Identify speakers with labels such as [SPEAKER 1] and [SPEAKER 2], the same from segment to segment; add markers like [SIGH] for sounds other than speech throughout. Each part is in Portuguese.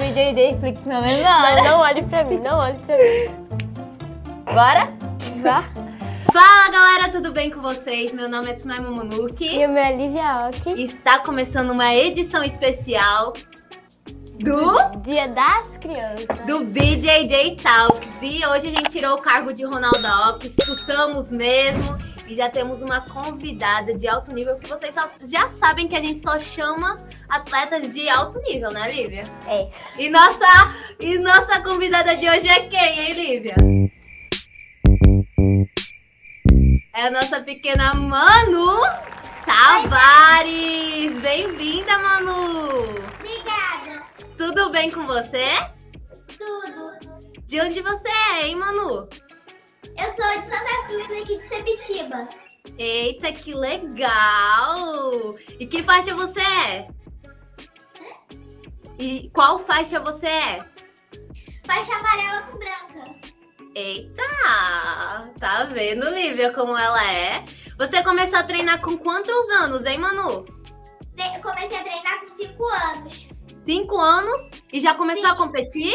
[SPEAKER 1] é
[SPEAKER 2] dei, dei, clique na mesma hora.
[SPEAKER 1] Não, é não olhe pra mim, não olhe pra mim. tá?
[SPEAKER 2] Bora?
[SPEAKER 1] Vá.
[SPEAKER 2] Fala galera, tudo bem com vocês? Meu nome é Tsunai Momonuki.
[SPEAKER 1] E o meu é Lívia Oki.
[SPEAKER 2] E Está começando uma edição especial do
[SPEAKER 1] Dia das Crianças.
[SPEAKER 2] do VJJ Talks. E hoje a gente tirou o cargo de Ronaldo Ock, expulsamos mesmo e já temos uma convidada de alto nível, que vocês só- já sabem que a gente só chama atletas de alto nível, né, Lívia?
[SPEAKER 1] É.
[SPEAKER 2] E nossa, e nossa convidada de hoje é quem, hein, Lívia? É a nossa pequena Manu Tavares! Bem-vinda, Manu!
[SPEAKER 3] Obrigada.
[SPEAKER 2] Tudo bem com você?
[SPEAKER 3] Tudo.
[SPEAKER 2] De onde você é, hein, Manu?
[SPEAKER 3] Eu sou de Santa Cruz, aqui de Sepitiba.
[SPEAKER 2] Eita, que legal! E que faixa você é? E qual faixa você é?
[SPEAKER 3] Faixa amarela com branca.
[SPEAKER 2] Eita! Tá vendo, Lívia, como ela é? Você começou a treinar com quantos anos, hein, Manu?
[SPEAKER 3] Tre- né, Comecei a treinar com 5 anos.
[SPEAKER 2] Cinco anos e já começou a competir?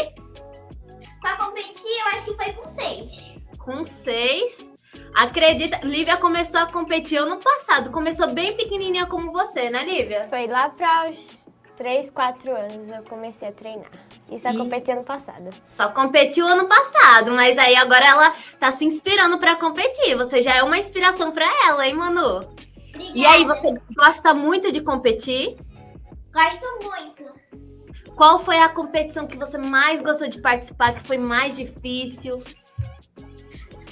[SPEAKER 3] Pra competir, eu acho que foi com 6.
[SPEAKER 2] Com seis. Acredita, Lívia começou a competir ano passado. Começou bem pequenininha como você, né, Lívia?
[SPEAKER 1] Foi lá pra os 3, 4 anos eu comecei a treinar. Isso a
[SPEAKER 2] E-
[SPEAKER 1] competir ano passado.
[SPEAKER 2] Só competiu ano passado, mas aí agora ela tá se inspirando pra competir. Você já é uma inspiração pra ela, hein, Manu?
[SPEAKER 3] Obrigada.
[SPEAKER 2] E aí, você gosta muito de competir?
[SPEAKER 3] Gosto muito.
[SPEAKER 2] Qual foi a competição que você mais gostou de participar, que foi mais difícil?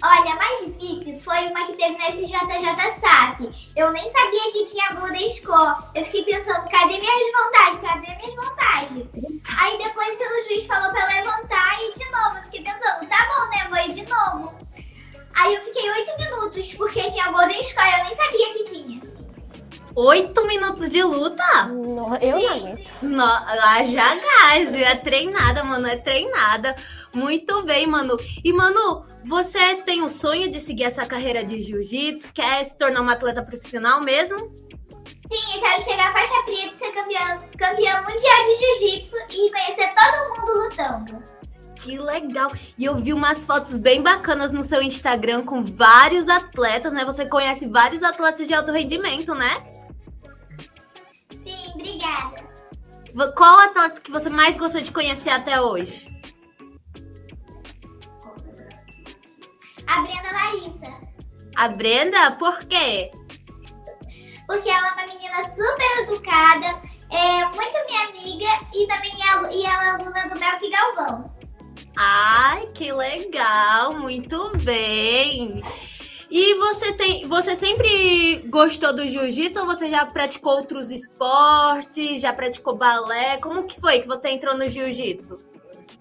[SPEAKER 3] Olha, a mais difícil foi uma que teve nesse JJ SAP. Eu nem sabia que tinha Golden Score. Eu fiquei pensando, cadê minhas vantagens? Cadê minhas vantagens? Aí depois o juiz falou pra eu levantar e de novo. Eu fiquei pensando, tá bom, né? Vou ir de novo. Aí eu fiquei oito minutos, porque tinha Golden Score, eu nem sabia que tinha.
[SPEAKER 2] Oito minutos de luta?
[SPEAKER 1] No- eu não
[SPEAKER 3] Sim.
[SPEAKER 1] aguento.
[SPEAKER 2] No, haja gás, viu? É treinada, Manu, é treinada. Muito bem, Manu. E, Manu, você tem o sonho de seguir essa carreira de jiu-jitsu? Quer se tornar uma atleta profissional mesmo?
[SPEAKER 3] Sim, eu quero chegar à faixa preta e ser campeã, campeã mundial de jiu-jitsu e conhecer todo mundo lutando.
[SPEAKER 2] Que legal! E eu vi umas fotos bem bacanas no seu Instagram com vários atletas, né? Você conhece vários atletas de alto rendimento, né?
[SPEAKER 3] Sim, obrigada.
[SPEAKER 2] V- Qual atleta que você mais gostou de conhecer até hoje?
[SPEAKER 3] A Brenda Larissa.
[SPEAKER 2] A Brenda? Por quê?
[SPEAKER 3] porque ela é uma menina super educada, é muito minha amiga e também é, alu- e ela é aluna do Belk Galvão.
[SPEAKER 2] Ai, que legal! Muito bem! E você tem, você sempre gostou do jiu-jitsu ou você já praticou outros esportes? Já praticou balé? Como que foi que você entrou no jiu-jitsu?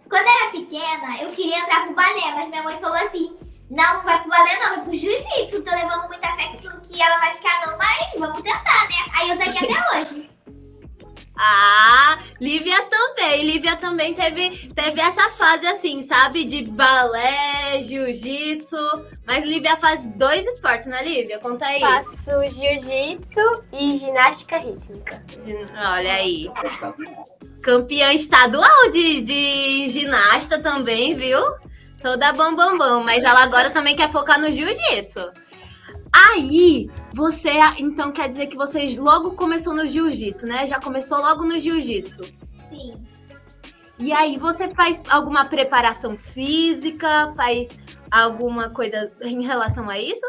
[SPEAKER 3] Quando eu era pequena, eu queria entrar pro balé, mas minha mãe falou assim: não, não vai pro balé, não, vai pro jiu-jitsu. Tô levando muita fé que isso que ela vai ficar, não, mas vamos tentar, né? Aí eu tô aqui até hoje.
[SPEAKER 2] Ah, Lívia também. Lívia também teve, teve essa fase assim, sabe? De balé, jiu-jitsu. Mas Lívia faz dois esportes, né, Lívia? Conta aí.
[SPEAKER 1] Faço jiu-jitsu e ginástica rítmica.
[SPEAKER 2] Olha aí. Campeã estadual de, de ginasta também, viu? Toda bambambam. Bam, bam, mas ela agora também quer focar no jiu-jitsu. Aí, você então quer dizer que vocês logo começou no jiu-jitsu, né? Já começou logo no jiu-jitsu.
[SPEAKER 3] Sim.
[SPEAKER 2] E aí, você faz alguma preparação física? Faz alguma coisa em relação a isso?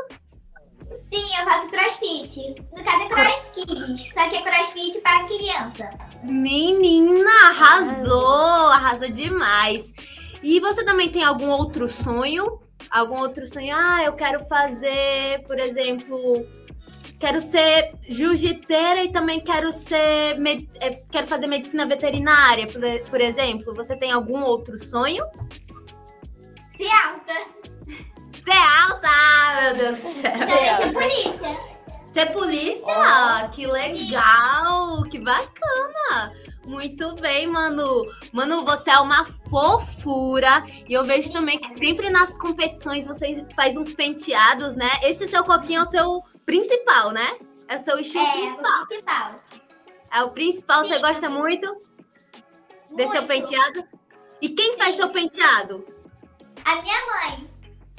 [SPEAKER 3] Sim, eu faço crossfit. No caso é cross kids, só que é crossfit para criança.
[SPEAKER 2] Menina, arrasou! Arrasou demais! E você também tem algum outro sonho? Algum outro sonho? Ah, eu quero fazer, por exemplo, quero ser jiu-jiteira e também quero ser. med- eh, Quero fazer medicina veterinária, por e- por exemplo. Você tem algum outro sonho?
[SPEAKER 3] Se alta,
[SPEAKER 2] Ser é alta! Ah, Meu Deus do céu!
[SPEAKER 3] também ser polícia.
[SPEAKER 2] Você é polícia? Que legal! Que bacana! Muito bem, Manu. Manu, você é uma fofura. E eu vejo também que sempre nas competições você faz uns penteados, né? Esse seu copinho é o seu principal, né? É o seu estilo
[SPEAKER 3] É,
[SPEAKER 2] principal.
[SPEAKER 3] o principal.
[SPEAKER 2] É o principal, você
[SPEAKER 3] Sim,
[SPEAKER 2] gosta
[SPEAKER 3] sim.
[SPEAKER 2] muito? Dê seu
[SPEAKER 3] Muito.
[SPEAKER 2] penteado. E quem faz
[SPEAKER 3] Sim.
[SPEAKER 2] seu penteado?
[SPEAKER 3] A minha mãe.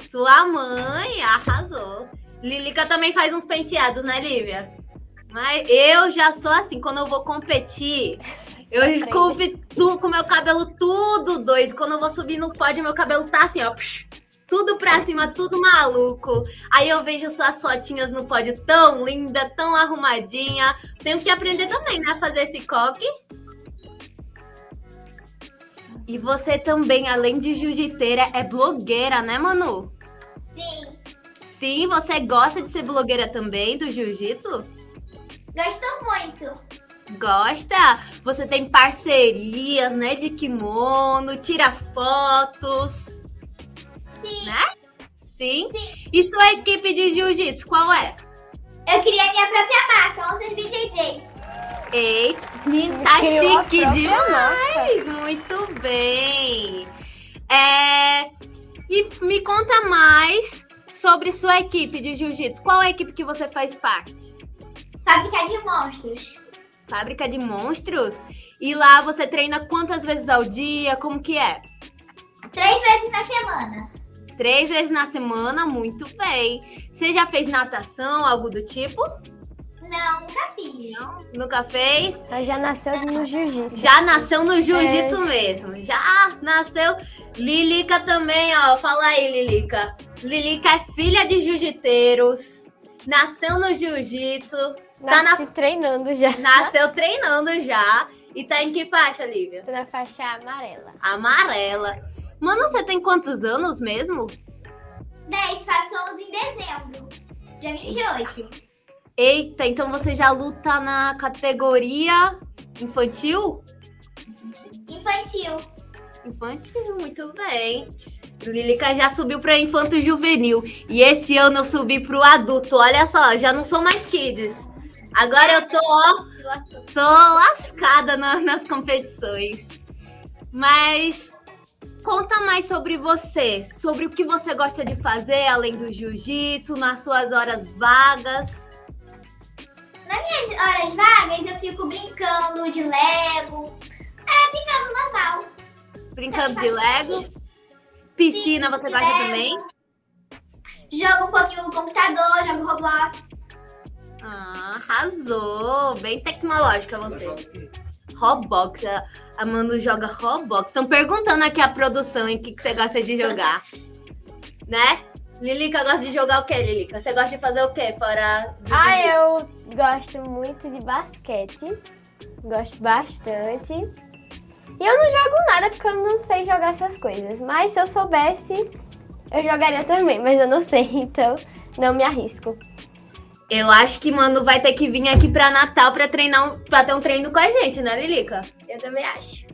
[SPEAKER 2] Sua mãe arrasou. Lilica também faz uns penteados, né, Lívia? Mas eu já sou assim, quando eu vou competir, eu
[SPEAKER 1] Sofrendo.
[SPEAKER 2] compito com meu cabelo tudo doido. Quando eu vou subir no pódio, meu cabelo tá assim, ó. psh, tudo pra cima, tudo maluco. Aí eu vejo suas fotinhas no pódio tão linda, tão arrumadinha. Tenho que aprender também, né? a Fazer esse coque. E você também, além de jiu-jiteira, é blogueira, né, Manu?
[SPEAKER 3] Sim.
[SPEAKER 2] Sim, você gosta de ser blogueira também do jiu-jitsu?
[SPEAKER 3] Gosto muito.
[SPEAKER 2] Gosta? Você tem parcerias, né, de kimono, tira fotos,
[SPEAKER 3] Sim.
[SPEAKER 2] né? Sim? E sua equipe de jiu-jitsu, qual é?
[SPEAKER 3] Eu queria a minha própria marca, Onças BJJ.
[SPEAKER 2] Ei, tá
[SPEAKER 1] Criou a
[SPEAKER 2] chique
[SPEAKER 1] própria marca.
[SPEAKER 2] demais! Muito bem! É... E me conta mais sobre sua equipe de jiu-jitsu. Qual é a equipe que você faz parte?
[SPEAKER 3] Fábrica de monstros.
[SPEAKER 2] Fábrica de Monstros? E lá você treina quantas vezes ao dia? Como que é?
[SPEAKER 3] Três vezes na semana.
[SPEAKER 2] Três vezes na semana? Muito bem. Você já fez natação, algo do tipo?
[SPEAKER 3] Não, nunca fiz.
[SPEAKER 2] Não. Nunca fez?
[SPEAKER 1] Ela já nasceu no jiu-jitsu.
[SPEAKER 2] Já nasceu no jiu-jitsu mesmo. Já nasceu. Lilica também, ó. Fala aí, Lilica. Lilica é filha de jiu-jiteiros. Nasceu no jiu-jitsu. Tá na...
[SPEAKER 1] Nasci treinando já.
[SPEAKER 2] Nasceu treinando já. E tá em que faixa, Lívia?
[SPEAKER 1] Tô na faixa amarela.
[SPEAKER 2] Amarela. Mano, você tem quantos anos mesmo?
[SPEAKER 3] Dez, passou 11 em dezembro. Dia 28.
[SPEAKER 2] Eita, então você já luta na categoria infantil?
[SPEAKER 3] Infantil.
[SPEAKER 2] Infantil, muito bem. Lilica já subiu para infanto juvenil e esse ano eu subi pro adulto. Olha só, já não sou mais kids. Agora eu tô, ó, tô lascada na- nas competições. Mas conta mais sobre você, sobre o que você gosta de fazer além do jiu-jitsu, nas suas horas vagas.
[SPEAKER 3] Nas horas vagas eu fico brincando de Lego. É, brincando normal.
[SPEAKER 2] Brincando de
[SPEAKER 3] Também faço
[SPEAKER 2] Lego.
[SPEAKER 3] isso.
[SPEAKER 2] Piscina,
[SPEAKER 3] tá Sim,
[SPEAKER 2] você
[SPEAKER 3] de
[SPEAKER 2] gosta
[SPEAKER 3] Lego.
[SPEAKER 2] também?
[SPEAKER 3] Jogo um pouquinho no computador, jogo Roblox.
[SPEAKER 2] Ah, arrasou! Bem tecnológica você. Roblox, a, a Manu joga Roblox. Estão perguntando aqui a produção em que, que você gosta de jogar. né? Lilica gosta de jogar o quê, Lilica? Você gosta de fazer o quê fora do
[SPEAKER 1] Ah,
[SPEAKER 2] jiu-jitsu?
[SPEAKER 1] eu gosto muito de basquete. Gosto bastante. E eu não jogo nada porque eu não sei jogar essas coisas. Mas se eu soubesse, eu jogaria também. Mas eu não sei, [LAUGHS] então não me arrisco.
[SPEAKER 2] Eu acho que Manu vai ter que vir aqui pra Natal pra treinar, um, pra ter um treino com a gente, né, Lilica?
[SPEAKER 1] Eu também acho.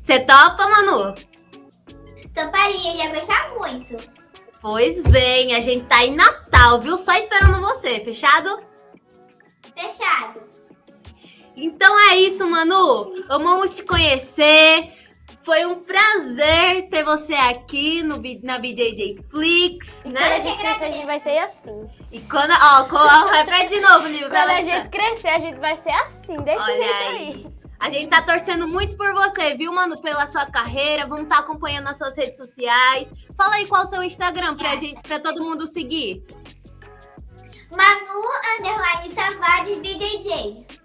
[SPEAKER 2] Você topa, Manu?
[SPEAKER 3] Toparia, eu ia gostar muito.
[SPEAKER 2] Pois bem, a gente tá em Natal, viu? Só esperando você, fechado?
[SPEAKER 3] Fechado.
[SPEAKER 2] Então é isso, Manu. Amamos te conhecer. Foi um prazer ter você aqui no, B- na BJJ Flix,
[SPEAKER 1] Quando a
[SPEAKER 2] né?
[SPEAKER 1] gente crescer, a gente vai ser assim.
[SPEAKER 2] E quando. Ó, co- ó, repete de novo, Lívia. pra
[SPEAKER 1] Quando a
[SPEAKER 2] ela
[SPEAKER 1] gente crescer, a gente vai ser assim. Desse
[SPEAKER 2] Olha
[SPEAKER 1] jeito
[SPEAKER 2] aí.
[SPEAKER 1] aí.
[SPEAKER 2] A gente tá torcendo muito por você, viu, Manu? Pela sua carreira. Vamos estar acompanhando nas suas redes sociais. Fala aí qual é o seu Instagram pra, gente, pra todo mundo seguir.
[SPEAKER 3] Manu Underline Tavares BJJ.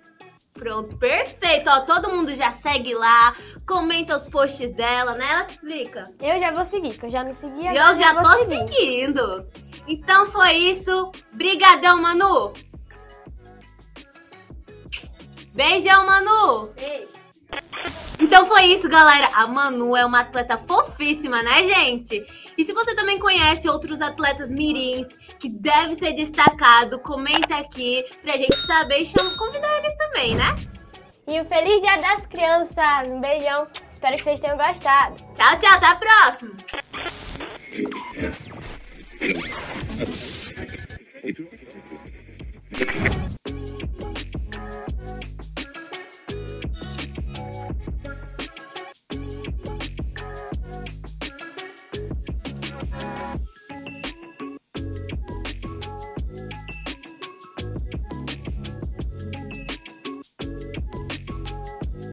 [SPEAKER 2] Pronto, perfeito. Ó, todo mundo já segue lá, comenta os posts dela, né, Lica?
[SPEAKER 1] Eu já vou seguir, porque eu já não segui.
[SPEAKER 2] E
[SPEAKER 1] agora
[SPEAKER 2] eu já
[SPEAKER 1] vou
[SPEAKER 2] tô
[SPEAKER 1] seguir.
[SPEAKER 2] seguindo. Então foi isso. Brigadão, Manu. Beijão, Manu. Então foi isso, galera. A Manu é uma atleta fofíssima, né, gente? E se você também conhece outros atletas mirins que deve ser destacado, comenta aqui pra gente saber e chama, convidar eles também, né?
[SPEAKER 1] E um feliz dia das crianças. Um beijão. Espero que vocês tenham gostado.
[SPEAKER 2] Tchau, tchau, até a próxima.